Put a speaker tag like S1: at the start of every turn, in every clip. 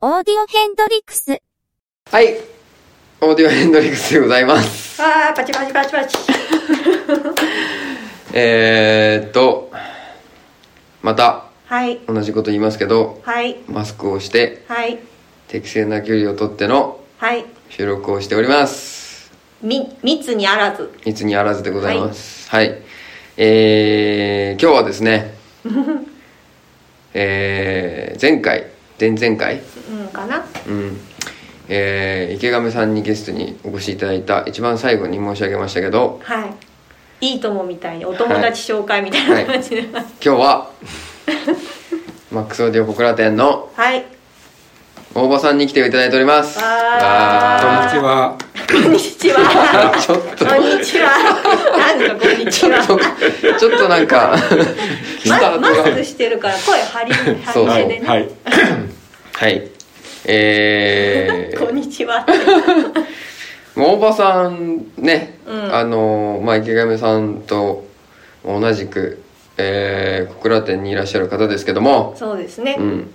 S1: オヘンドリクス。
S2: はい。オーディオヘンドリックスでございます。
S3: あーパチパチパチパチ
S2: えーっと、また
S3: はい
S2: 同じこと言いますけど、
S3: はい
S2: マスクをして
S3: はい
S2: 適正な距離をとっての
S3: はい
S2: 収録をしております。
S3: み密にあらず
S2: いつにあらずでございます。はい。えー、今日はですね、えー、前回、前々回、
S3: うんかな
S2: うん、えー、池上さんにゲストにお越しいただいた一番最後に申し上げましたけど、
S3: はいいいともみたいにお友達紹介みたいな感じではい、
S2: 今日は マックスオーディオポクラ店の大場さんに来ていただいております
S3: わー
S4: こんに
S2: わ
S4: ちは。
S3: こんにちは
S2: ー ちょっと
S3: こんにちはなんかこんにちは
S2: ちょっとなんか スター
S3: マ
S2: ト
S3: マス
S2: が
S3: クしてるから声張り
S2: そう
S3: 張りでね、
S4: はい。
S2: はいえ
S3: こ
S2: ー
S3: んにちは
S2: もう大場さんね、
S3: うん
S2: あのーまあ池上さんと同じくえー、小倉店にいらっしゃる方ですけども、
S3: そうですね、
S2: うん、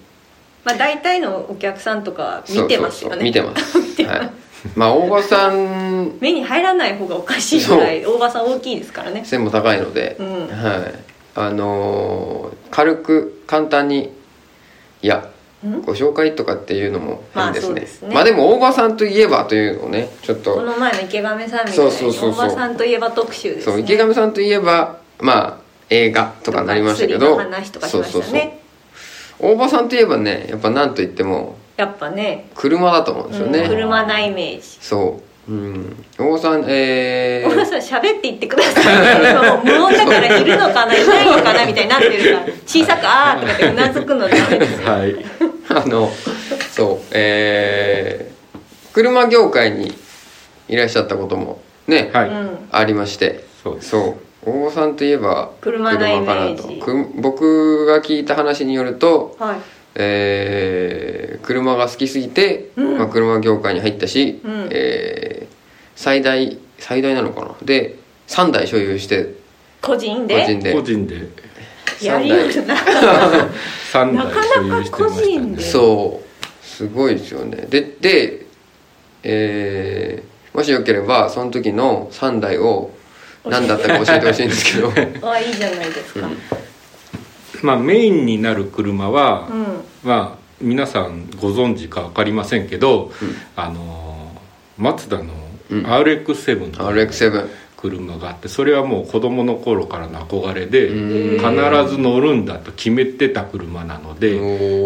S3: まあ大体のお客さんとか
S2: そう
S3: 見てますよ
S2: そう
S3: ね
S2: そう見てます はい、まあ大場さん
S3: 目に入らない方がおかしいぐらい大場さん大きいですからね
S2: 背も高いので、
S3: うん
S2: はい、あのー軽く簡単にいや
S3: ん
S2: ご紹介とかっていうのも変ですね,、ま
S3: まあそ
S2: あ、
S3: う
S2: で
S3: ですね
S2: も大場さんといえばというのをねちょっ
S3: ことの前の池上さんみたい
S2: そう
S3: に
S2: そうそうそう
S3: 大場さんといえば特集ですね
S2: そう池上さんといえばまあ映画とかになりましたけ
S3: と
S2: ど
S3: か薬の話とかしましたね
S2: 大場さんといえばねやっぱ何と言っても
S3: やっぱね
S2: 車だと思うんですよね、
S3: うん車なイメージ
S2: そう、うん、大場さんえ
S3: 大場
S2: ー、
S3: さん喋っていってくだ さいもう無音だからいるのかないないのかなみたいになってるから小さく「あー」とかってうなず くのダメですよ
S4: はい。
S2: あのそうえー、車業界にいらっしゃったこともね、
S4: は
S3: う
S4: い。
S3: ん
S2: ありまして
S4: そうです。
S2: そう大郷さんといえば
S3: 車のイメージ
S2: かなとく僕が聞いた話によると、
S3: はい
S2: えー車が好きすぎて、
S3: うん
S2: まあ、車業界に入ったし、
S3: うん
S2: えー最大最大なのかなで3台所有して
S3: 個人
S2: 個
S3: で
S2: 人で
S4: 個人で
S3: や
S2: 三
S3: りよ
S2: 台
S3: るな
S4: 三
S3: な
S4: 台
S3: かなか
S4: 所有してま
S3: 個人で
S4: し
S2: そうすごいですよねでで、えーもしよければその時の3台を何だったか教えてほしいんです けど
S3: あいいじゃないですか
S4: たね。まあメインになる車は
S3: う、ん
S4: まあ皆さんご存知かわかりませんけど、あのーマツダの
S2: うん
S4: RX7 の
S2: RX7
S4: 車があって、それはもう子供の頃からの憧れで、
S2: うん
S4: 必ず乗るんだと決めてた車なので、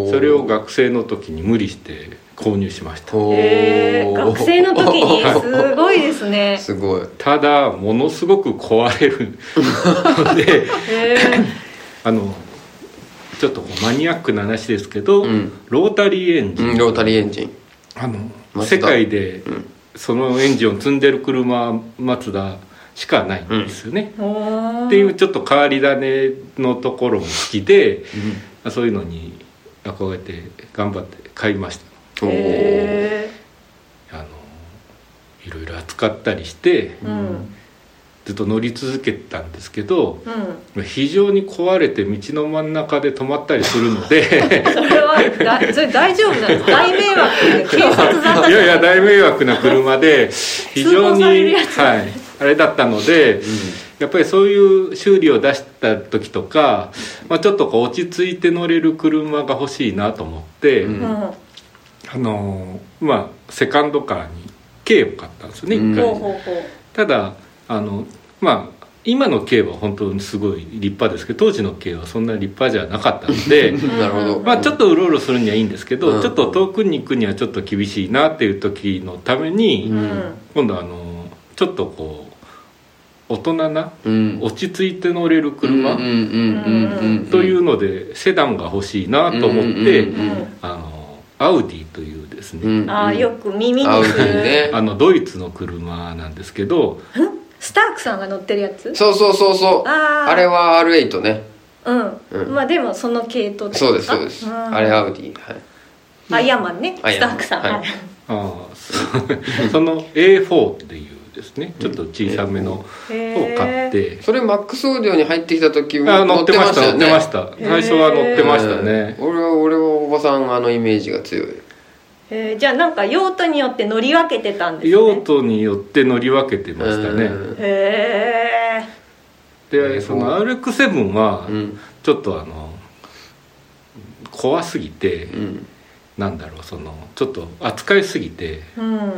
S2: そ
S4: それを学生の時に無理して購入しました。
S3: へー学生の 時にすごいですね
S2: すごい
S4: ただものすごく壊 れるので
S3: へー
S4: あのちょっとこうマニアックな話ですけど、
S2: うん
S4: ロータリーエンジン、
S2: うんロータリーエンジン
S4: あの
S2: マツ
S4: 世
S2: ダ
S4: 界で
S2: ん
S4: そのエンジンを積んでる車はマツダしかないんですよね、
S3: おー
S4: っていうちょっと変わり種のところも好きで、そういうのに憧れて頑張って買いました
S2: お
S3: へ
S4: あのいろいろ扱ったりして
S3: ーうん
S4: ずっと乗り続けたんですけど、
S3: うん
S4: 非常に壊れて道の真ん中で止まったりする ので
S3: それはだそれ大丈夫なんですか大迷惑で警察だった
S4: いやいや大迷惑な車で非常
S3: 通報
S4: に、
S3: されるやつ
S4: はい、あれだったので、やっぱりそういう修理を出した時とか、まあ、ちょっとこう落ち着いて乗れる車が欲しいなと思って、
S2: うん
S4: あのーまあセカンドカーに K を買ったんですよね、
S2: うん
S4: 一
S3: うん、ほう
S4: 回
S3: ほうほう
S4: ただあのまあ今の軽は本当にすごい立派ですけど当時の軽はそんな立派じゃなかったの で
S2: なるほど
S4: まあちょっとうろうろするにはいいんですけど、
S2: うん
S4: ちょっと遠くに行くにはちょっと厳しいなっていう時のために、
S2: うん
S4: 今度あのちょっとこう大人な
S2: うん
S4: 落ち着いて乗れる車
S2: うんうんうんうんうん
S4: というのでセダンが欲しいなと思って、
S2: うん
S3: うん
S4: あのアウディというですね、
S2: うん
S3: ああよく耳
S2: 合う
S3: にする、
S2: ね
S4: あのドイツの車なんですけど
S3: スタークさんが乗ってるやつ
S2: そうそうそうそう
S3: あー
S2: あれは R8 ね
S3: うん、
S2: うん
S3: まあでもその系統ってことか
S2: そうですそうです
S3: ん
S2: あれアウディはい
S3: アイアンマンね
S2: ア
S3: ス
S2: イア
S3: タ
S2: ンマ
S3: ー
S2: ン
S3: クさん、
S2: はい
S3: はい
S4: ああそう その A4 っていうですねちょっと小さめのを
S3: へー
S4: 買って、
S2: それマックスオーディオに入ってきた時
S4: あ
S2: も
S4: 乗ってました乗
S2: よ
S4: っ
S2: ね
S4: てました
S3: へー
S4: 最初は乗ってましたね
S2: うん俺は俺はおばさんあのイメージが強い
S3: えーじゃあなんか用途によって乗り分けてたんですね
S4: 用途によって乗り分けてましたね、
S2: うん
S3: へ
S4: でその RX7 は
S2: うん
S4: ちょっとあの怖すぎて、
S2: うん
S4: なんだろうそのちょっと扱いすぎて
S3: えうん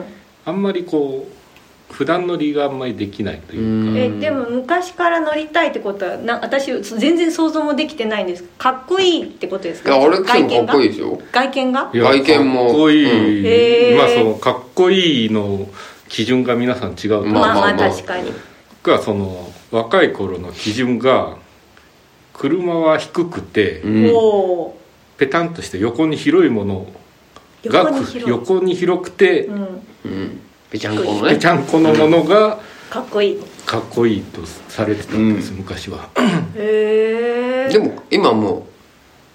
S4: あんまりこう普段乗りがあんまりできないというか、
S2: うん
S3: えでも昔から乗りたいってことはな私そ全然想像もできてないんですかっこいいってことです
S2: い
S3: か
S2: や俺くもかっこいい
S3: い
S2: ですよ
S3: 外見が
S4: いや
S2: 外見も
S4: かっこ
S2: うん
S4: いい、
S3: へー
S4: まあそのかっこいいの基準が皆さん違うと思う、
S2: まあ
S3: まあまあ
S2: まあ
S3: 確かに
S4: 僕はその若い頃の基準が車は低くて、
S2: うん
S3: おお
S4: ペタンとして横に広いもの
S3: ー
S4: が
S3: 横に広い
S4: 横に広くて、
S3: うん、
S2: うんぺちゃんこの
S4: ぺ
S2: ね
S4: ちゃんこのものが
S3: かっこいい
S4: かっこいいとされてたんです、
S2: うん
S4: 昔は。
S3: へえ
S2: でも今も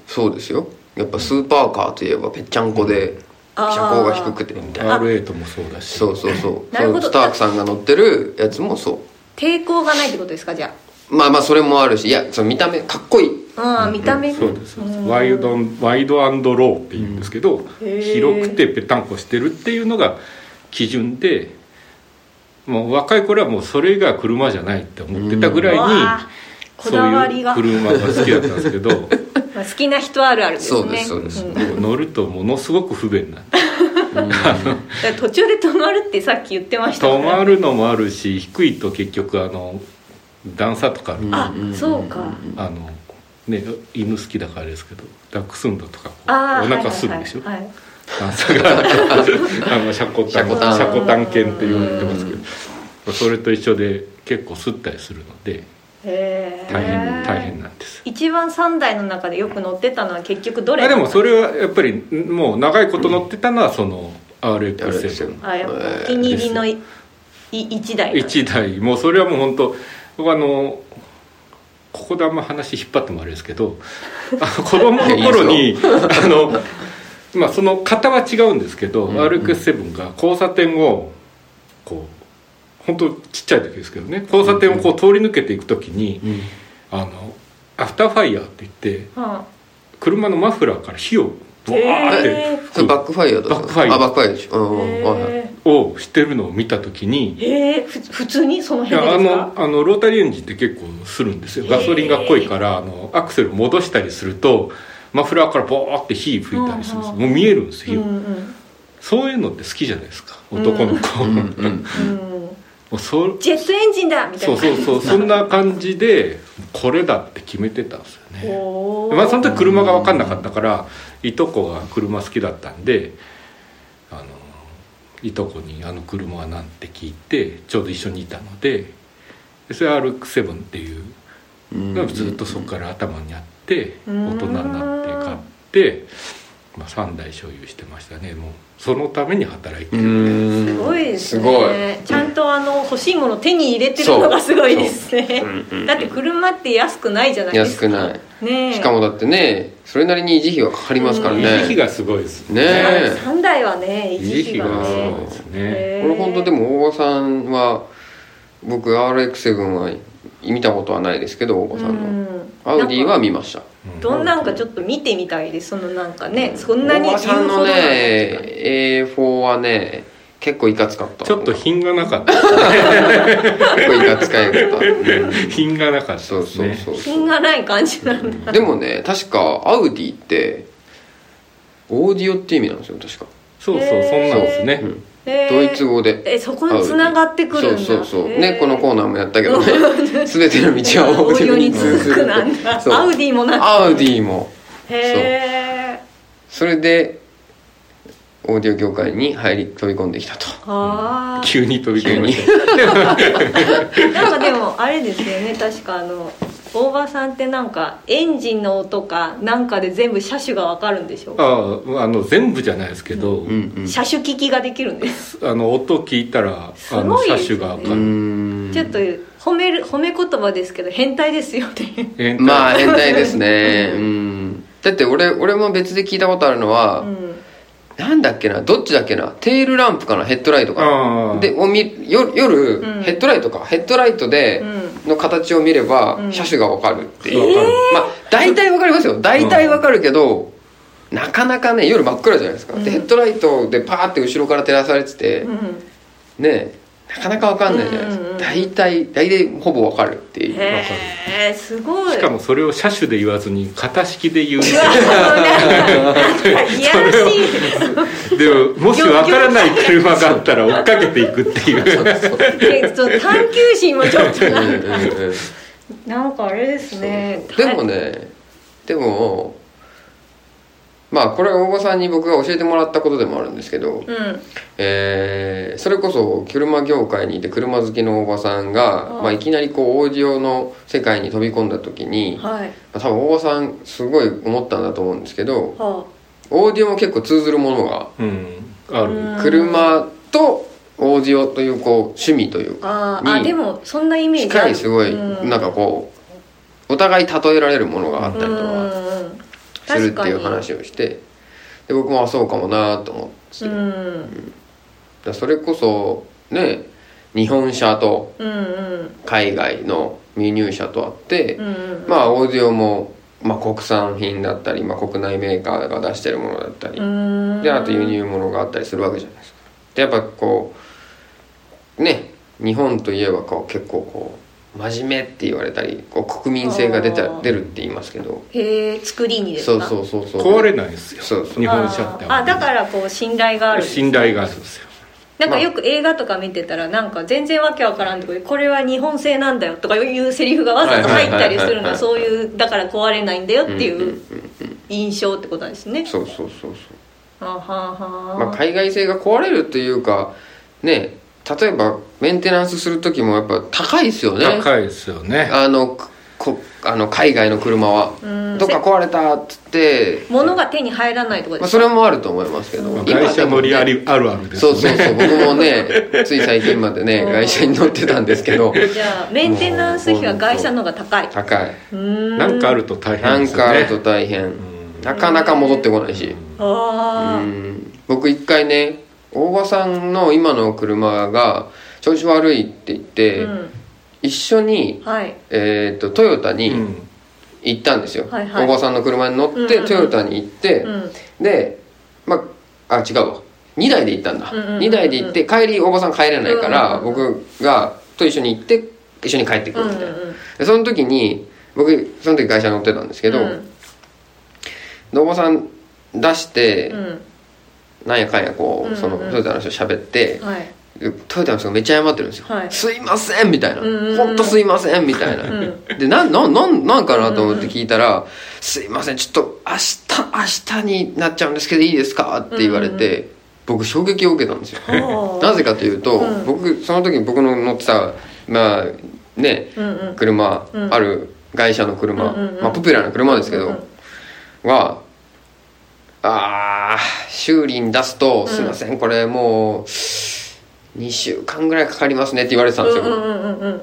S2: そうですよやっぱスーパーカーといえばぺっちゃんこで車高が低くてみたいな
S3: あ
S4: R8 もそうだし
S2: そうそうそう
S3: なるほど
S2: そのスタークさんが乗ってるやつもそ
S3: 抵抗がないってことですかじゃ
S2: うまあまあそれもあるしいやその見た目かっこいい
S3: ああー見た目、
S4: そうですそうです
S3: うん
S4: ワイドワイドアンドローっていうんですけど、
S3: へー
S4: 広くてぺたんこしてるっていうのが基準でもう若い頃はもうそれ以外は車じゃないって思ってたぐらいに、
S3: うわーこだわりが
S4: そういう車が好きだったんですけど
S3: まあ、好きな人あるあるですね
S2: そうですそうです
S3: ん
S4: でも乗るとものすごく不便なんで
S3: だから途中で止まるってさっき言ってましたもん
S4: 止
S3: ね
S4: まるのもあるし低いと結局あの段差とかある、
S3: あ
S2: うん
S3: そうか
S4: あのね犬好きだからあれですけどダックスンドとかこうお
S3: ああ
S4: 腹するでしょ、
S3: はいはいはい
S4: 段差があのシャコタン
S2: シャコタン
S4: シャコタン犬って言われてますけどそれと一緒で結構すったりするので
S3: へえ
S4: 大変大変なんです
S3: 一番3台の中でよく乗ってたのは結局どれ
S4: あでもそれはやっぱりもう長いこと乗ってたのはその
S2: あれですよ
S4: RX71
S3: あやっぱお気に入りのいい1台
S4: 台もうそれはもう本当僕あのここであんま話引っ張ってもあれですけどあの子供の頃
S2: い
S4: にあのまあその型は違うんですけど、
S2: うん
S4: RX7 が交差点をこう本当ちっちゃい時ですけどね交差点をこう通り抜けていく時に、
S2: うん
S4: あのアフターファイヤーって言って
S3: は
S4: 車のマフラーから火をブワーって
S3: へ
S2: それ
S4: 吹
S2: バックファイヤーだった
S4: バックファイヤー
S2: あバックファイヤーでしょうん
S3: あ、
S2: うんはい
S3: へ
S4: くをしてるのを見た時に
S3: えへえふ普通にその
S4: いや
S3: 辺でで
S4: あ
S3: す
S4: の
S3: か
S4: あのロータリーエンジンって結構するんですよ
S3: へー
S4: ガソリンが濃いからあのアクセルを戻したりするとマフラーからボーって火吹いたりするんです
S3: うんうん
S4: もう見えるんです
S3: う
S4: よ、
S3: んうん
S4: そういうのって好きじゃないですか男の子、
S2: う
S4: も
S2: んうん
S3: うん
S4: うそ
S3: ジェットエンジンだみたい
S4: そ
S3: な
S4: うそ うそうそんな感じでこれだって決めてたんですよね
S3: お
S4: まあ、その
S3: ー
S4: 時車が分かんなかったからいとこが車好きだったんであのいとこに「あの車は何?」て聞いてちょうど一緒にいたのででそれ RX7 っていう
S2: うん
S4: のがずっとそこから頭にあって
S3: うん
S4: 大人になって買って、まあ、3台所有してましたねもうそのために働いて
S2: う
S4: る、
S2: ん
S3: すごいです
S2: す
S3: ね
S2: ごい
S3: ちゃんとあの欲しいものを手に入れてるのがすごいですね
S2: そうそううんうん
S3: だって車って安くないじゃないです
S2: 安
S3: か
S2: くない
S3: ねえ
S2: しかもだってねそれなりに維持費はかかりますから
S3: うん
S4: 維持費
S2: ね
S4: がすごいです
S2: ねえ
S3: 3台はね維持費が
S4: がす
S3: ね
S4: ごいですね、
S3: へ
S2: これ本当でも大場さんは僕 RX7 は見たことはないですけど大場さんの
S3: うん
S2: アウディは
S3: なんか
S2: 見ました
S3: どんなんかちょっと見てみたいですそのなんかねそんな
S2: 大
S3: に
S2: 場さん
S3: 言うほ
S2: の
S3: どなんだ
S2: ね A4 はね結構いかつかった
S4: ちょっと
S2: 結
S4: 品がなかったですね
S2: 構いかつかいかった うん
S4: 品がなかったです
S2: そ
S4: ね
S2: うそうそうそう
S3: 品がない感じなんだ
S2: でもね確かアウディってオーディオって意味なんですよ確か、
S4: そうそう、
S3: へー
S4: そんなんですね。
S2: うん
S3: へえ
S2: ドイツ語で
S3: えそこに繋がってくるんだ
S2: そうそうそう、
S3: へ
S2: ね
S3: え
S2: このコーナーもやったけ どね全ての道はオ
S3: オ
S2: ー
S3: ー
S2: デ
S3: デ
S2: ィ
S3: ィ
S2: オ
S3: オ
S2: に
S3: に
S2: 通ず
S3: 続
S2: る
S3: く
S2: と
S3: なんだ
S2: そう
S3: アウディもなんだ
S2: アウディも
S3: へえ
S2: それでオーディオ業界に入り飛び込んできたと
S3: ああ
S4: 急に飛び込みました。
S3: なんかでもあれですよね確かあの大場さんってなんかエンジンの音かなんかで全部車種がわかるんでしょ
S4: ああ、あの全部じゃないですけど、
S2: うんうん
S3: 車種聞きができるんです
S4: あの音聞いたら、
S3: す
S4: あの
S3: ごい
S4: 車
S3: です
S4: 種
S3: ね
S4: がわか
S2: う
S4: る。
S2: ん
S3: ちょっと褒める褒め言葉ですけど変態ですよね
S4: えー
S2: まあ変態ですねうんだって俺俺も別で聞いたことあるのは、
S3: うん
S2: なんだっけなどっちだっけなテールランプかなヘッドライトか
S4: あ
S2: な
S4: ー
S2: でを見夜夜、
S3: うん
S2: ヘッドライトかヘッドライトで、
S3: う
S2: の形を見れば、
S3: うん
S2: 車種がわかるっていう、
S4: わかる
S2: まあ大体わかりますよ大体わかるけど、なかなかね夜真っ暗じゃないですか、
S3: うん
S2: でヘッドライトでパーって後ろから照らされてて、
S3: うんうん
S2: ねなかなかわかんないじゃないです
S3: うんうんうん
S2: か大体大体ほぼわかるっていう
S3: へえすごい
S4: しかもそれを車種で言わずに型式で言う
S3: うわなんかいやらし
S4: でももしわからない車があったら追っかけていくっていう
S3: いえちょっと探求心もちょっと
S2: うん
S3: なん
S2: うん
S3: か
S2: うん
S3: なんかあれですね
S2: そうそうでもねでもまあこれは大場さんに僕が教えてもらったことでもあるんですけど、
S3: うん
S2: えーそれこそ車業界にいて車好きの大場さんが、
S3: うん
S2: まあ、いきなりこうオーディオの世界に飛び込んだ時に、ま
S3: はい
S2: あ多分大場さんすごい思ったんだと思うんですけど
S3: は
S2: オーディオも結構通ずるものが
S4: うんある、
S3: うん
S2: 車とオーディオというこう趣味というか
S3: ああーあ
S2: に
S3: でもそんなイメージ
S2: 機械すごい
S3: うん
S2: なんかこうお互い例えられるものがあったりとか。
S3: うんうん
S2: するっていう
S3: 確かに
S2: 話をしてで僕もあそうかもなと思って、
S3: う
S2: だか
S3: ん
S2: らそれこそね日本車と
S3: うんうん
S2: 海外の輸入車とあって
S3: う、んうん
S2: まあオーディオも、まあ、国産品だったり、まあ、国内メーカーが出してるものだったり、
S3: うん
S2: であと輸入物があったりするわけじゃないですか。でやっぱこうね日本といえばこう結構こう真面目って言われたりこう国民性が出
S3: あ
S2: た
S3: ー
S2: 出るって言いますけど
S3: へえ作りにです
S2: そう
S3: か
S2: そうそうそう
S4: 壊れないんですよ
S2: そうそう
S4: 日本車って
S3: あーあだからこう信頼がある
S4: 信頼があるんですよ
S3: なんかよく映画とか見てたらなんか全然わけわからんとこで「これは日本製なんだよ」とかいうセリフがわざと入ったりす
S2: はい
S3: るのは
S2: はいはいはい
S3: そういうだから壊れないんだよってい
S2: んん
S3: う印象ってことなんですね
S2: そうそうそうそ
S3: あはー
S2: う、
S3: は
S2: まあ、海外製が壊れるというかね例えばメンテナンスする時もやっぱ高いですよね
S4: 高いですよね
S2: あのこあの海外の車は
S3: うん
S2: どっか壊れたっつって、
S3: 物が手に入らないとこ
S2: ま
S3: で
S2: あ、
S3: す
S2: それ
S3: か
S2: もあると思いますけど
S4: まあ外車乗りありあるあるです
S2: そ
S4: よ
S2: う
S4: ね
S2: そうそう僕もねつい最近までね
S3: うん
S2: 外車に乗ってたんですけど
S3: じゃあメンテナンス費は外車の方が高い
S2: 高いう
S3: ーん
S4: なんかあると大
S2: な
S4: 変で
S2: ん
S4: す
S2: か
S4: よ
S2: ある
S4: ね
S2: と大変、
S4: ん
S2: なかなか戻ってこないし、
S3: あー
S2: うん僕一回ね大場さんの今の車が調子悪いって言って、
S3: うん
S2: 一緒に、
S3: はい
S2: えー、とトヨタ
S4: う
S2: に
S4: ん
S2: 行ったんですよ、
S3: はいは
S2: 大
S3: い
S2: 場さんの車に乗って、
S3: うんうんうん
S2: トヨタに行って、
S3: うん
S2: でまあ違うわ2台で行ったんだ、
S3: うんうんうんうん
S2: 2台で行って帰り大場さん帰れないから、
S3: うんうん
S2: 僕がと一緒に行って一緒に帰ってく
S3: う
S2: る
S3: ん
S2: みたいな、
S3: うん
S2: でその時に僕その時会社乗ってたんですけど、
S3: うん
S2: で大場さん出して、
S3: うん
S2: なんやかんやこ
S3: うんう
S2: うんそのトヨタの人喋って、
S3: はい
S2: トヨタの人がめっちゃ謝ってるんですよ「
S3: はい
S2: すいません」みたいな「
S3: うんうんうん
S2: ほんとすいません」みたいな、
S3: うん
S2: でなんなんなんなんかなと思って聞いたら「すいませんちょっと明日明日になっちゃうんですけどいいですか?」って言われて、僕衝撃を受けたんですよ
S3: ほう
S2: なぜかというと、
S3: うん
S2: 僕その時僕の乗ってたまあね
S3: うんうん
S2: 車、
S3: うん
S2: ある会社の車、
S3: うんうんうん
S2: まあ、ポピュラーな車ですけど、
S3: うんうん
S2: はあー修理に出すと「すいませんこれもう2週間ぐらいかかりますね」って言われてたんですよ、
S3: うんうんうんうん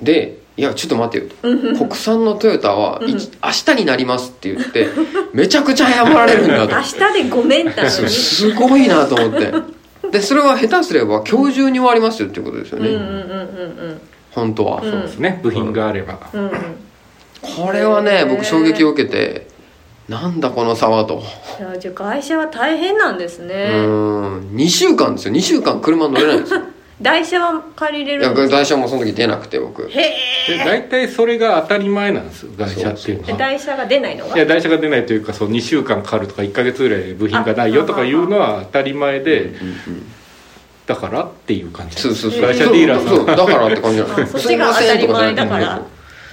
S2: で「いやちょっと待ってよ」と「国産のトヨタはい
S3: うん
S2: 明日になります」って言ってめちゃくちゃ謝られるんだと
S3: 明日でごめんたの
S2: そう
S3: に
S2: すごいなと思 ってでそれは下手すれば今日中に終わりますよっていうことですよ
S3: うん
S2: ね、
S3: うんうんうんうん
S2: 本当は、
S3: うん
S4: そうですね部品があれば
S3: うんうん
S2: これは
S3: へ
S2: ね
S3: ー
S2: 僕衝撃を受けてなんだこの差はと
S3: いやじゃあ会社は大変なんです
S2: う
S3: ね
S2: ん2週間ですよ2週間車乗れないんです よ
S3: 台車は借りれ
S2: い
S3: る
S2: や
S3: んですか
S2: 台車もその時出なくて僕
S3: へ
S4: で大体それが当たり前なんですよ外車っていうの
S3: え
S4: は
S3: 台車が出ないのが
S4: いや台車が出ないというかそう2週間かかるとか1か月ぐらい部品がないよとかいうのは当たり前でだからっていう感じ
S2: そうそうそう
S4: 会社ディーラー
S2: そ
S4: さ
S2: うんだからって感じなん
S3: あ
S2: で
S3: そ
S2: す
S3: っちが当た
S2: すい
S3: り前だか
S2: ませんとじゃないん
S3: ら
S2: ですよ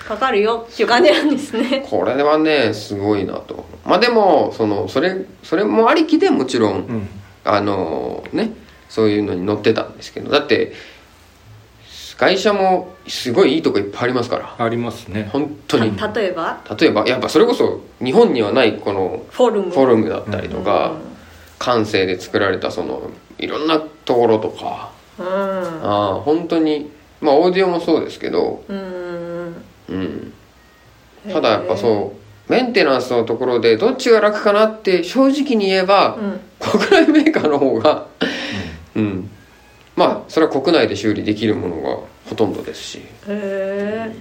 S3: かかるよっていう感じなんですね
S2: これはねすごいなとまあでもそのそれそれもありきでもちろん
S4: うん
S2: あのねそういうのに乗ってたんですけどだって会社もすごいいいとこいっぱいありますから
S4: ありますね
S2: 本当に
S3: た例えば
S2: 例えばやっぱそれこそ日本にはないこの
S3: フォルム
S2: フォルムだったりとか、
S3: うん
S2: 感性で作られたそのいろんなところとか
S3: うん
S2: ああ本当にまあオーディオもそうですけど
S3: うん
S2: うん
S3: へー
S2: ただやっぱそうメンテナンスのところでどっちが楽かなって正直に言えば、
S3: うん
S2: 国内メーカーの方がうんまあそれは国内で修理できるものがほとんどですし
S3: へえ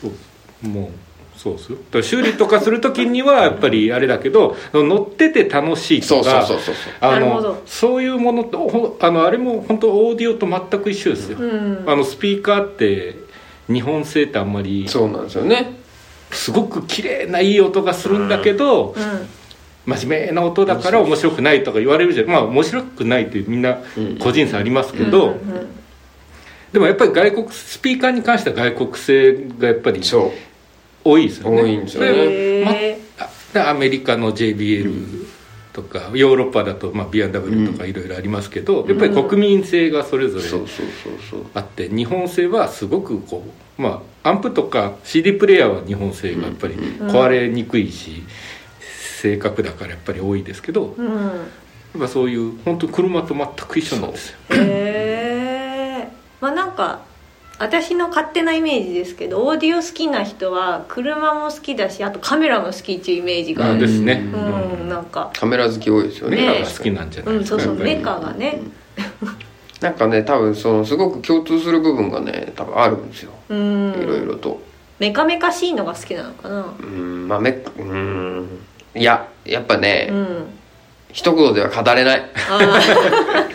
S4: そうもうそうですよだから修理とかする時にはやっぱりあれだけど乗ってて楽しい
S2: そ
S4: と
S2: うそう
S4: か
S2: そうそうそう
S4: あ
S3: なるほど
S4: のそういうものとほんあのあれも本当オーディオと全く一緒ですよ、
S3: うん
S4: あのスピーカーって日本製ってあんまり
S2: そうなんですよね
S4: すごく綺麗ないい音がするんだけど、
S3: うん
S4: 真面目な音だから面白くないとか言われるじゃんまあ面白くないっていうみんな
S2: うん
S4: 個人差ありますけ
S3: う
S4: ど、
S3: んうん
S4: でもやっぱり外国スピーカーに関しては外国製がやっぱり
S2: そう
S4: 多いですよね
S2: 多いんですよね
S4: それは
S3: へ
S4: あでアメリカの JBL とか、ヨーロッパだと、まあ、BMW とかいろいろありますけど、やっぱり国民性がそれぞ
S2: そう
S4: れ
S2: そうそうそう
S4: あって日本製はすごくこうまあアンプとか CD プレイヤーは日本製がやっぱり
S2: うん
S4: 壊れにくいし、正確だからやっぱり多いですけど、
S3: ーうん
S4: やっぱそういう本当車と全く一緒なんですよ
S3: へえまあなんか私の勝手なイメージですけどオーディオ好きな人は車も好きだしあとカメラも好きっていうイメージがあ
S4: あ
S2: うん
S4: で
S3: る
S4: すね、
S3: う、
S2: うん
S4: うん
S3: なんか
S2: カメラ好き多いですよね
S4: メ
S3: ね
S4: カが好きなんじゃな
S3: う
S4: い
S3: ん
S4: ですか、
S3: そうそう
S2: やっぱり
S3: メカがね
S2: なんかね多分そのすごく共通する部分がね多分あるんですよ
S3: うん
S2: いろいろと
S3: メカメカしいのが好きなのかな
S2: うんまあめうんいややっぱね、
S3: うん
S2: 一言では語れない
S3: あ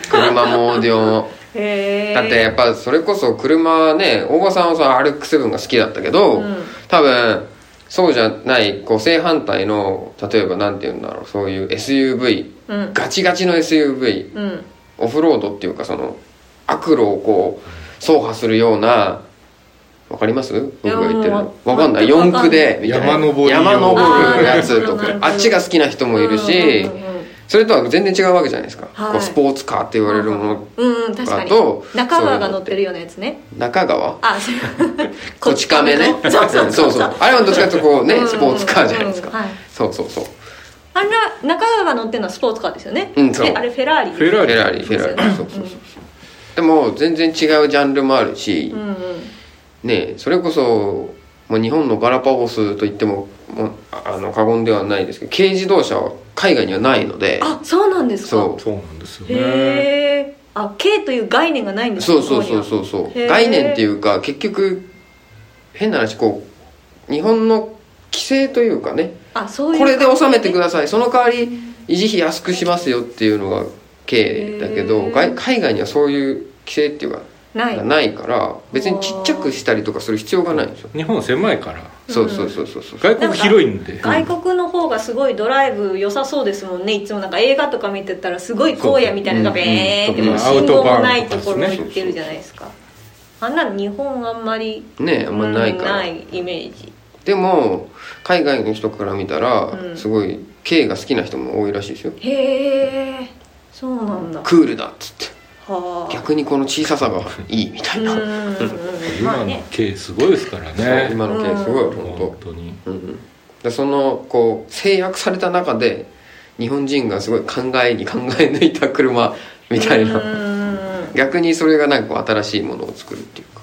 S3: ー
S2: 車もオーディオも
S3: へえ
S2: だってやっぱそれこそ車はね大場さんはさ RX7 が好きだったけど、
S3: うん
S2: 多分そうじゃないこう正反対の例えばなんて言うんだろうそういう SUV
S3: うん
S2: ガチガチの SUV
S3: うん
S2: オフロードっていうかその悪路をこう走破するようなわかります僕
S3: や
S2: が言ってるの
S3: もう
S2: わかんない
S3: 全くわ
S2: 四
S3: か
S2: 駆
S3: んない
S2: でみたいな
S4: 山登り用
S2: 山登るやつと
S3: あーなる
S2: か
S3: ほど
S2: あっちが好きな人もいるし
S3: うんうんうんうん
S2: それとは全然違うわけじゃないですか、
S3: はい
S2: こうスポーツカーって言われるもの
S3: うんうん確か
S2: あ
S3: に
S2: と
S3: 中川が乗ってるようなやつね
S2: 中川
S3: あそう
S2: こち亀ね
S3: そうそう
S2: うんそうそうあれはどっちかというとこうね
S3: うん
S2: スポーツカーじゃないですか
S3: うんはい
S2: そうそうそう
S3: あれは中川が乗ってるのはスポーツカーですよね、
S2: うんそう
S3: であれフェラーリ
S4: フェラ
S2: フ
S4: ー
S2: ェラーリフ
S3: そう
S2: ェ
S3: です
S2: ラ
S3: よね
S2: ーリそうそうそうそうでも全然違うジャンルもあるし
S3: うんうん
S2: ねそれこそもう日本のガラパゴスといってももうああの過言ではないですけど軽自動車は海外にはないので
S3: あそうなんですか
S2: そ
S4: そうなんですよ
S3: へ
S4: ね
S3: えあ K という概念がないんですか
S2: そうそうそうそうそ
S3: こには
S2: う概念っていうか結局変な話こう日本の規制というかね
S3: あそういう
S2: これで収めてく
S3: だ
S2: ださいその代わり維持費安くしますよっていうのが経営だけ
S3: へ
S2: ど
S3: ー
S2: 外海外にはそういう規制っていうか
S3: ない
S2: がないから別にちっちゃくしたりとかする必要がないんですよ
S4: 日本狭いから
S2: そうそうそうそうそう
S4: 外国広いんで
S3: 外国の方がすごいドライブ良さそうですもんねいつもなんか映画とか見てたらすごい荒野みたいなのが
S2: そうそ
S3: ベ
S2: う
S3: ーって
S2: うん
S3: もう信号もないところ
S4: アウトバーンとかです
S3: に
S4: ね
S3: 行ってるじゃないですかあんなの日本あんまり
S2: ねあんまりないか
S3: うんな
S2: ら
S3: いイメージ
S2: でも海外の人から見た
S3: うん
S2: らすごい経営が好きな人も多いらしいですよ
S3: へえそうなんだは
S2: クールだっつって
S3: あ
S2: 逆にこの小ささがいいみた
S3: う
S2: い
S3: んう
S2: なんそう
S3: うんま
S4: 今
S3: あ
S4: の
S3: ね
S4: 系すごいですからね
S2: 今の経営すごい本当
S4: 本当に
S2: うんでそのこう制約された中で日本人がすごい考えに考え抜いた車みたい
S3: うん
S2: な逆にそれがなんかこう新しいものを作るっていうか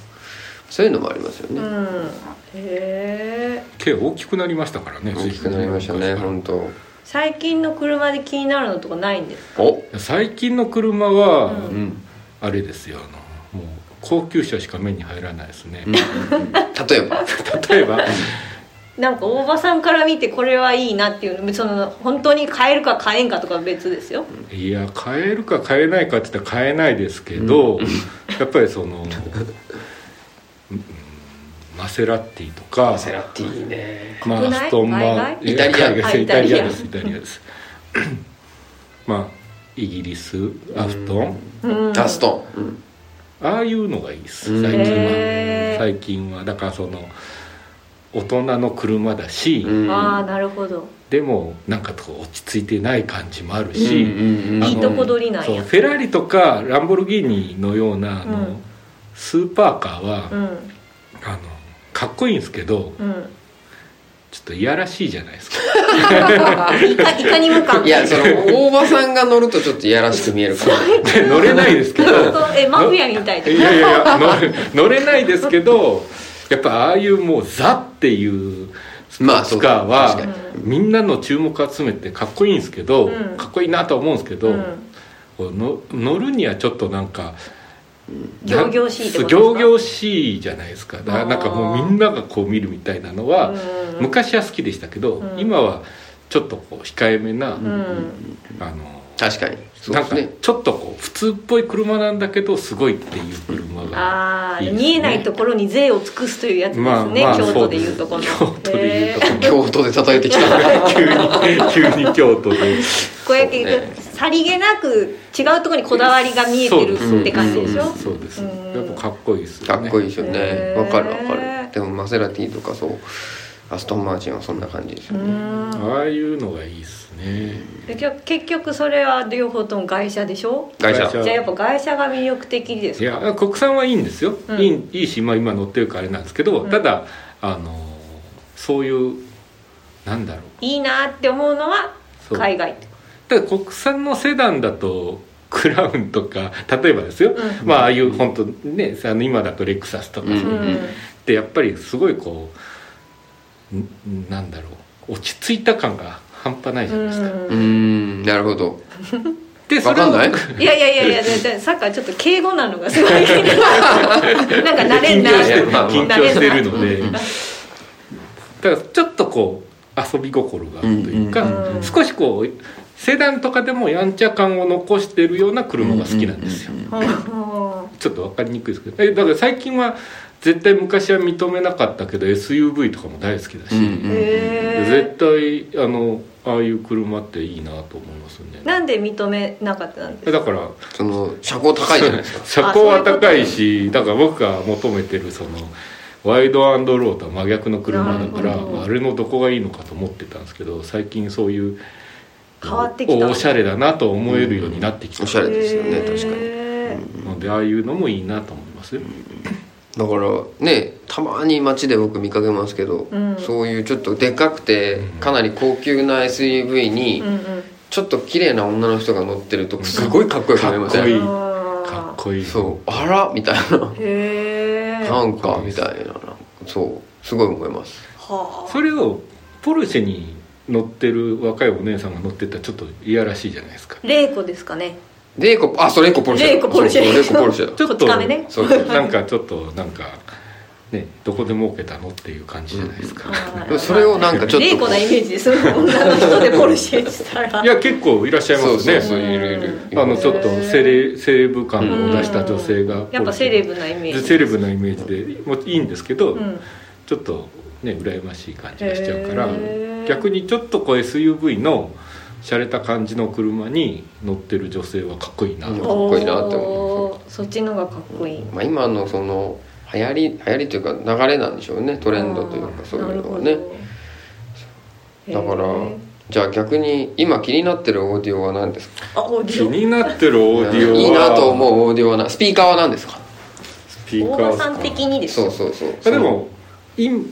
S2: そういうのもありますよ
S3: うんう
S2: ね、
S3: んうんへえ
S4: 系大きくなりましたからね
S2: 大きくなりましたね本当
S3: 最近の車で気になるのとかないんですか
S2: お
S4: 最近の車は、
S3: う
S2: うん、
S4: あれですよあのもう高級車しか目に入らないですね、
S2: うん、例えば
S4: 例えば
S3: なんか大場さんから見てこれはいいなっていうのその本当に買えるか買えんかとかは別ですよ
S4: いや買えるか買えないかって言ったら買えないですけど、やっぱりその、うんマセラティとか
S2: マセラティね
S4: ま
S3: 国
S4: あ
S3: 内
S4: アストンマ
S2: 外
S3: 海
S4: いや
S2: イタリア
S4: 海外
S3: あ
S4: イ
S3: イ
S4: タ
S3: タリア
S4: リアですイタリアですまあイギリスアストン
S3: うん
S2: ダストン、
S4: ああいうのがいいです
S2: うん
S4: 最近
S3: へ
S4: は
S3: ー
S4: 最近はだからその大人の車だし、
S2: うんうん
S3: ああなるほど
S4: でもなんかこう落ち着いてない感じもある
S2: うん
S4: し、
S2: うんうん
S4: あ
S3: い
S4: の
S3: いとこ取りなん
S4: そう
S3: や
S4: フェラーリとかランボルギーニのようなあの、
S3: うん
S4: スーパーカーは、
S3: うん
S4: あのかっこいいんですけど
S3: うん
S4: ちょっといやらしいじゃないですか
S3: いかいかにもか
S2: いやその大場さんが乗るとちょっといやらしく見えるから
S4: で乗れないですけど
S3: 本当えマフィアみたい
S4: い
S3: で
S4: やいやいや乗れ乗れないですけどやっぱああいうもうザっていうスポ
S2: ま
S4: ー
S2: あそ
S4: ツ
S2: う
S4: カーは、
S2: 確
S3: かに
S4: みんなの注目集めてかっこいいんですけど、
S3: うん
S4: かっこいいなとは思うんですけど、
S3: うん
S4: こうの乗るにはちょっとなんか
S3: 仰々しいってことですか
S4: そう仰々しいじゃないですかだからなんかもうみんながこう見るみたいなのは
S3: うん
S4: 昔は好きでしたけど、
S3: うん
S4: 今はちょっとこう控えめ
S3: う
S4: な、
S3: ん
S4: あの
S2: 確かにそう
S4: な
S2: で
S4: ん
S2: す
S4: か
S2: ね
S4: ちょっとこう普通っぽい車なんだけどすごいっていう車が
S3: ああ
S4: いいですね
S3: 見えないところに税を尽くすというやつですね、
S4: まあまあ
S3: 京都でいうとこの
S4: そうです京都でいうとこの
S3: へー
S2: 京都で叩いてきた
S4: 急に急に京都で
S3: こうやって言うとさりげなく違うところにこだわりが見えてるって感じでしょ
S4: そうですそうです
S3: う
S4: や
S3: ん
S4: っぱかっこいいですよ
S2: か
S4: ね
S2: っこいいですよ
S3: へ
S2: ね
S3: ー
S2: わかるわかるでもマセラティとかそうアストンマーチンはそんな感じです
S3: う
S2: よね
S3: ん
S4: ああいうのがいいですね
S3: でじゃあ結局それは両方とも外車でしょ
S2: 会社
S4: 会社
S3: じゃあやっぱ外車が魅力的です
S4: い
S3: か
S4: や国産はいいんですよ、
S3: うん
S4: いいいいし、まあ、今乗ってるからあれなんですけど、
S3: うん
S4: ただあのそういうなんだろう
S3: いいなって思うのは
S4: そう
S3: 海外って
S4: ただ国産のセダンだとクラウンとか例えばですよ、
S3: う
S4: まあああいう本当ねあの今だとレクサスとか
S2: う
S4: さ、
S2: ん
S3: うん
S4: でやっぱりすごいこうんなんだろう落ち着いた感が半端ないじゃないですか、
S2: うーんなるほど
S4: でそ
S2: わ
S4: れ
S2: かん
S4: を
S2: ない
S3: いやいやいやいやだだサッカーちょっと敬語なのがすごい なんか慣れん
S4: 緊
S3: な
S4: 張してる
S2: いや まあまあ
S4: 緊張してるので
S2: うん
S4: だからちょっとこう遊び心があるというか、
S3: うんうん
S4: 少しこうセダンとかでもやんちゃ感を残してるような車が好きなんですよ、
S2: うんうんうん
S3: ほうほう
S4: ちょっと分かりにくいですけどえだから最近は絶対昔は認めなかったけど SUV とかも大好きだし、
S2: うん
S3: へ
S4: 絶対あのああいう車っていいなと思いますね
S3: ーなんで認めなかったんです
S4: え
S3: か
S4: だから
S2: その車高高いじゃない ですか
S4: 車高は高いしだから僕が求めてるそのワイドアンドローとは真逆の車だか
S3: な
S4: ら
S3: るほど
S4: あれのどこがいいのかと思ってたんですけど最近そういう
S3: 変わってきた
S4: おおしゃれだなと思えるようになってきた
S2: うんおしゃれですよね
S3: へー
S2: 確かに
S4: のでああいうのもいいなと思いますね
S2: だからねたまに街で僕見かけますけど、
S3: うん
S2: そういうちょっとでかくて
S4: うん
S2: かなり高級な SUV に
S3: うんうん
S2: ちょっと綺麗な女の人が乗ってるとすごいかっこよく見えませ
S4: か
S2: ん
S4: っこいいか
S3: あ
S4: っこいい
S2: いそうあらみたいな
S3: ーへえ
S2: な
S3: は
S2: んかみたいなそうすごい思います
S3: あ
S4: それをポルシェに乗ってる若いお姉さんが乗ってたらちょっといやらしいじゃないですか
S3: 玲子ですかね
S2: レイコあそれレイコポルシェだ
S3: レイコポルシェ
S2: そうレイコポルシェ
S4: ち
S2: だ
S4: ょっ
S3: こっち
S4: と
S3: 亀ね
S2: そう
S4: なんかちょっとなんかねどこで儲けたのっていう感じじゃないですか、
S3: はい
S2: それをなんかちょっと
S3: レイコなイメージです女の人でポルシェって言ったら
S4: いや結構いらっしゃいます
S2: そ
S4: ね
S2: うそうそう
S3: うん
S2: いるいる
S4: あのちょっとセレセレブ感を出した女性が、
S3: やっぱセレブなイメージ
S4: セレブなイメージでもういいんですけど、
S3: うん
S4: ちょっとね羨ましい感じがしちゃうから
S3: へー
S4: 逆にちょっとこう SUV の洒落た感じの車に乗ってる女性はかっこいいな、
S2: うん
S4: と
S2: こいいなって思う
S3: おーそっちのがかっこいい
S2: まあ、今のその流行り流行りというか流れなんでしょうねトレンドというかそういうのはねだからじゃあ逆に今気になってるオーディオは何ですか
S3: あオーデ
S4: 気
S3: ィオ
S4: になってるオーディオはい
S2: いなと思うオーディオはなスピーカーは何ですか
S4: スピー
S3: 大
S4: カー
S3: 場
S4: です
S3: さ
S4: か
S3: ん的にです
S2: そう
S3: よ
S2: そうそう
S4: あでもイン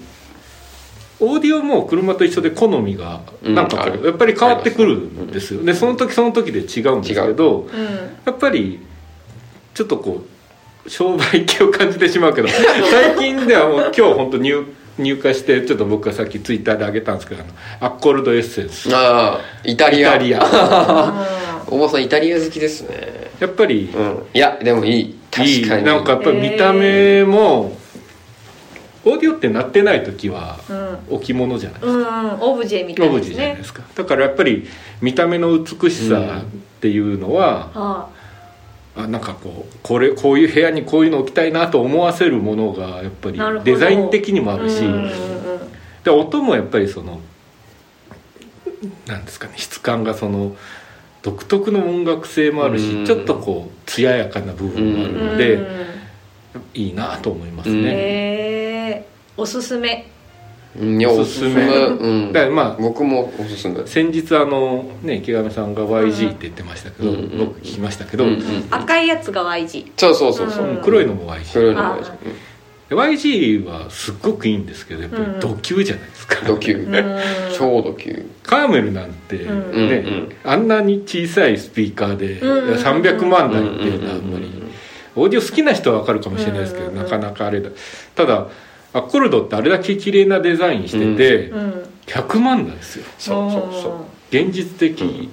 S4: オーディオも車と一緒で好みが
S2: うん
S4: なんかこ
S2: あ
S4: う
S2: る
S4: やっぱり変わってくるんですよでその時その時で違うんですけど
S3: うん
S4: やっぱりちょっとこう商売気を感じてしまうけど最近ではもう今日本当入入荷してちょっと僕がさっきツイッターで上げたんですけどあのアッコールドエッセンス
S2: ああイタ
S4: イ
S2: リア
S4: タリア
S3: あ
S2: おばさんイタリア好きですね
S4: やっぱり
S2: うんいやでもいい
S4: い
S2: 確
S4: い
S2: かに
S4: なんかやっぱり見た目もオーディオって鳴ってない時は
S3: ーうん
S4: 置物じゃない
S3: うんうんオブジェみた
S4: オ
S3: い
S4: ブ
S3: で
S4: ジェ
S3: す
S4: じゃない
S3: ね
S4: ですかだからやっぱり見た目の美しさっていうのは、
S3: あ
S4: あなんかこうこれこういう部屋にこういうの置きたいなと思わせるものがやっぱり
S3: なるほど
S4: デザイン的にもあ
S3: ー
S4: るし
S3: うんうんうん
S4: で音もやっぱりそのなんですかね質感がその独特の音楽性もある
S2: う
S4: し
S2: ん
S4: ちょっとこう艶やかな部分もあるので、
S3: うん
S4: いいなと思います
S2: うん
S4: ね。
S3: へえおすすめ
S2: うんいや
S4: お
S2: お
S4: す
S2: す
S4: す
S2: す
S4: め
S2: めうん
S4: だからまあ
S2: 僕もおすすめ
S4: 先日あのね池上さんが YG って言ってましたけど、
S2: うんうん
S4: 僕聞きましたけど、
S2: うんうん
S3: 赤いやつが Y 字
S2: そうそうそうそううん
S4: 黒いのも YG
S2: 黒いのがいいし
S3: あ
S4: で YG はすっごくいいんですけどやっぱり
S3: うん
S4: ド級じゃないですか、
S2: うんド級
S3: う
S2: 超ド級
S4: カーメルなんて、
S3: うん
S2: うん
S4: ねあんなに小さいスピーカーで、
S3: うん
S4: 300万台っていうのはあんまり、
S2: う
S4: オーディオ好きな人は分かるかもしれないですけど、
S3: うん
S4: なかなかあれだただアコルドってあれだけ綺麗なデザインしてて、
S3: んうん
S4: 100万台ですよ
S2: そうそうそう
S4: 現実的、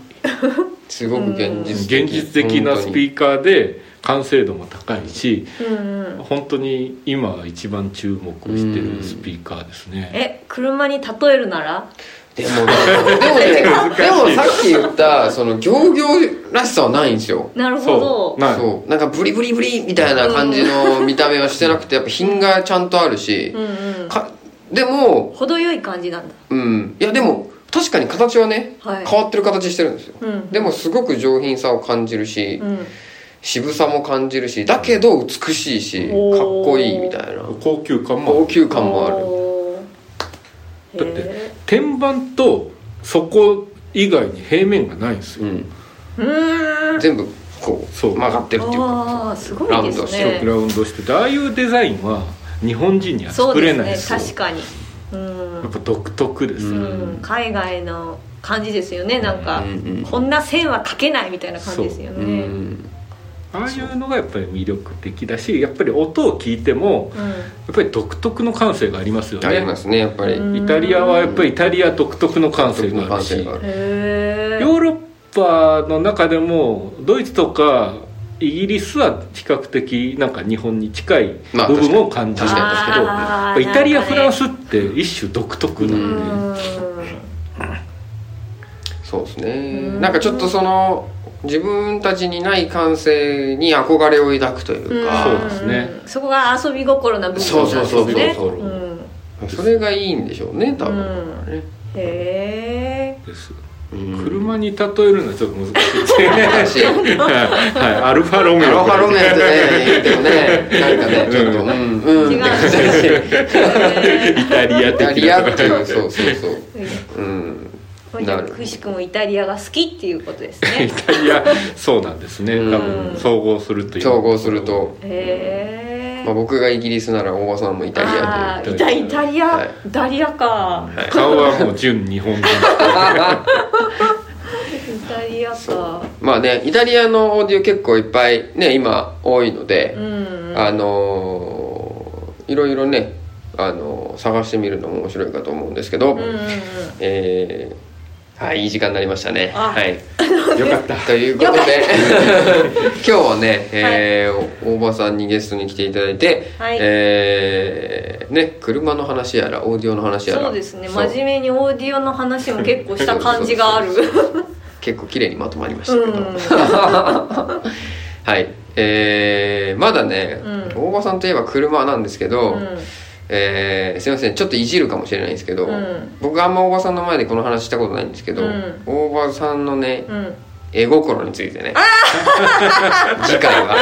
S2: すごく現実的
S4: 現実的なスピ
S2: ー
S4: ーカーで完成度も高いし
S3: うんうん
S4: 本当に今一番注目してるスピーカーですね。
S3: え車に例えるなら
S2: でもねでもねでもさっき言ったその行々らしさはないんですよ
S3: なるほど
S4: ない
S2: そうなんかブリブリブリみたいな感じの見た目はしてなくてやっぱ品がちゃんとあるし
S3: う、んうん
S2: かでも
S3: 程よい感じなんだ
S2: うんいやでも確かに形はね、
S3: はい
S2: 変わってる形してるんですよ
S3: うん
S2: でもすごく上品さを感じるし、
S3: うん
S2: 渋さも感じるしだけど美しいしかっ
S3: おー
S2: こいいみたいな
S4: 高級感もある
S2: 高級感もある
S3: る
S4: だって天板とそこ以外に平面がないんですよ、
S2: うん
S3: うーん
S2: 全部こう
S4: そう
S2: 曲がってるっていうか
S3: ああすごいです
S4: グ
S3: ね
S4: ラウンドしててああいうデザインは日本人には
S3: そ
S4: 作
S3: うで
S4: れ
S3: す
S4: ない
S3: ね
S4: ですよ
S3: 確かにうん
S4: やっぱ独特です、
S2: う
S4: ね
S3: うん海外の感じですよねなんか、
S2: うんうん
S3: こんな線は描けないみたいな感じですよ
S2: う
S3: ねうん
S2: ん
S4: ああいうのがやっぱり魅力的だしやっぱり音を聞いてもやっぱり独特の感性がありますよね
S2: ありますねやっぱり、
S3: うん
S4: イタリアはやっぱりイタリア独特の感性があるし
S2: 独特の感性があ
S3: へえ
S4: ヨーロッパの中でもドイツとかイギリスは比較的なんか日本に近い
S2: まあ
S4: 部分を感じるんですけど、
S3: あー
S4: イタリア、
S3: なん
S4: フ
S3: かね
S4: ランスって一種独特な
S3: うんん
S4: で、
S2: そうですね
S3: うん
S2: なんかちょっとその自分たちにない感性に憧れを抱くという
S4: そう
S2: か、
S4: ですね
S3: うんそこが遊び心な部分なんですね
S2: そうそうそうそう
S3: うんへ
S2: それがいいんでしょうね多分、
S3: う
S2: ね
S3: え
S4: す
S2: うん
S4: 車に例えるのはちょっと難しいですね
S2: だしア
S4: はいはいアルファロメオ
S2: ロハロメってね言ってもねなんかねちょっと
S4: う
S2: うんうん
S3: 違う
S2: って感じだし
S4: イタリア
S2: イタ
S4: 的
S2: リ
S4: な
S2: アっていうそうそうそううん
S3: じゃ
S2: な
S3: あ
S2: る
S3: くしくもイタリアが好きっていうことです
S4: イ
S3: ね
S4: タリアそうなんですね
S2: うん
S4: 多分総合するという
S2: 統合すると、
S3: へえ
S2: まあ、僕がイギリスなら大場さんもイタリア
S3: あ
S2: という
S3: ーイタイタリア、
S2: はい
S3: イタリアか
S4: 顔はもう純日本人
S3: イタリアか
S2: まあねイタリアのオーディオ結構いっぱいね今多いので、
S3: うん
S2: あのーいろいろね、あのー探してみるのも面白いかと思うんですけど、
S3: うんうん
S2: えーはいいい時間になりましたね
S3: あ
S2: はい
S4: よか った
S2: ということで 今日はね、えーお大場さんにゲストに来ていただいて、
S3: はい
S2: えーね車の話やらオーディオの話やら
S3: そうですね
S2: そう
S3: 真面目にオーディオの話も結構した感じがある
S2: 結構綺麗にまとまりましたけど、
S3: うん
S2: はいえーまだね、
S3: うん
S2: 大場さんといえば車なんですけど、
S3: うん
S2: えーすいませんちょっといじるかもしれないんですけど、
S3: うん
S2: 僕あんま大場さんの前でこの話したことないんですけど、
S3: うん
S2: 大場さんのね
S3: うん
S2: 絵心についてね 次回は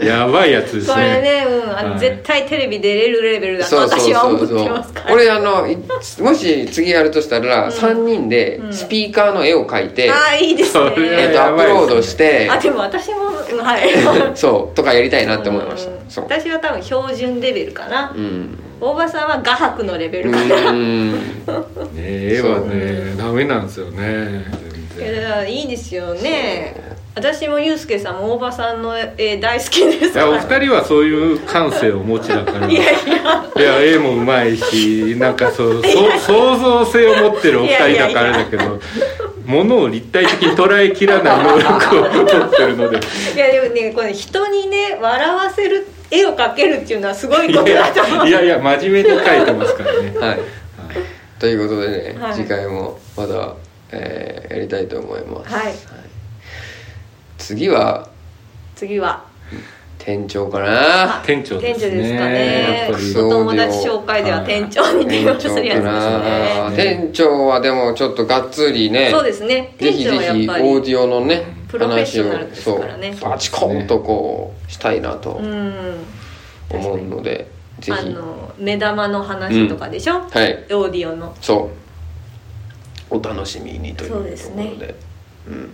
S4: やばいやつです
S3: これ
S4: ね
S3: ね、うん、あの
S4: はい
S3: 絶対テレビ出れるレベルだと
S2: そうそう
S3: 私は思
S2: そう
S3: って
S2: そ
S3: ま
S2: う
S3: すから。
S2: 俺あのいもし次やるとしたら、
S3: うん
S2: 3人で
S3: うん
S2: スピーカーの絵を描いて、
S3: ああいいです
S4: それ
S2: えっとア
S3: ね。
S4: は
S2: ップロードして
S3: あでも私もうんはい。
S2: そうとかやりたいなって思いました、
S3: うん
S2: そう
S3: 私は多分標準レベルかな。
S2: うん
S3: 大場さんは画伯のレベ
S2: う
S3: ルかな。
S2: ーん
S4: ね絵はねダメなんですよね全
S3: いや
S4: 然
S3: だからいいですよね。私もユうスケさんも大場さんの絵大好きです
S4: い
S3: から。
S4: やお二人はそういう感性をお持ちだから
S3: いやいや
S4: いや絵もうまいしなんか そうそう創造性を持ってるお二人だからあれだけどものを立体的に捉えきらない能力を 持ってるので
S3: いやでもねこれ人にね笑わせる絵を描けるっていうのはすごい
S4: い
S3: ことだと思
S4: や
S3: う。
S4: いやいや真面目に描いてますから ね、
S2: はいということでね、
S3: はい
S2: 次回もまだ、えーやりたいと思います、
S3: はい
S2: 次は
S3: 次は。
S2: 店長かな
S4: 店長です
S3: 店長
S4: ね
S3: ですかね
S4: やっぱり
S3: お友達紹介では店長に電
S2: 店
S3: 話す
S2: 長
S3: るや
S2: か
S3: つです
S2: な
S3: ね
S2: 店長はでもちょっとがっつりね
S3: そうですね
S2: ぜ
S3: 店
S2: ひ
S3: 長
S2: ぜ
S3: はやっ
S2: ひオ
S3: ぱ
S2: ー
S3: り
S2: ディオのね
S3: プロフェッショナルですからね
S2: 話をそうバチコンとこうしたいなと
S3: うん
S2: 思うのでぜ
S3: あ
S2: ひ
S3: の目玉の話とかでしょ、
S2: はい
S3: オーディオの
S2: そうお楽しみにというと
S3: そ
S2: ころ
S3: う
S2: で
S3: ですね
S2: うん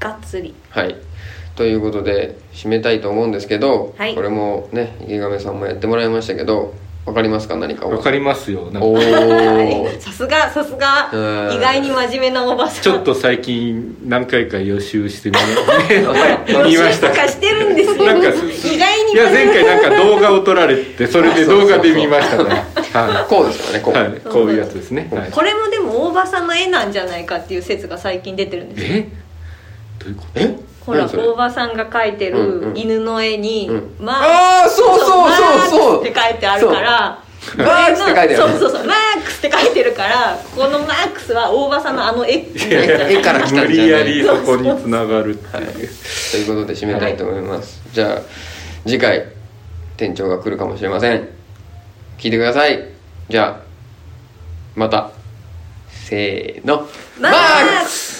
S3: がっつり
S2: はいということで締めたいと思うんですけど、
S3: はい
S2: これもね池上さんもやってもらいましたけどわかりますか何か
S4: わかりますよなん
S2: お
S4: か
S2: ー
S3: さすがさすが
S2: うん
S3: 意外に真面目なおばさん
S4: ちょっと最近何回か予習してみ 見
S3: 予習
S4: まし
S3: と
S4: た
S3: かしてるんですよ
S4: なんか
S3: 意外に
S4: いや
S3: 真面
S4: 前
S3: 目
S4: 回なんか動画を撮られてそれで動画で見ましたからはい
S2: こうですよねこう、
S4: はい、こういうやつですね。はい、
S3: これもでも大場さんの絵なんじゃないかっていう説が最近出てるんですよ
S4: えどういうこと
S2: え
S3: ほら
S2: 何それ
S3: 大場さんが描いて
S2: うん
S3: る
S2: うん
S3: 犬の絵に
S2: う
S3: 「ま
S2: あーそうそうそうそう
S3: マークって書いてあるから
S2: そうマークスって書いてある
S3: そうそうそうマークスって書いてるからこのマークスは大場さんのあの絵みたいな
S2: 絵から来た
S4: 無
S2: んじゃない
S4: 理やりそこにつながるっていう
S2: ということで締めたいと思います、じゃあ次回店長が来るかもしれません聞いてくださいじゃあまたせーの
S3: マークス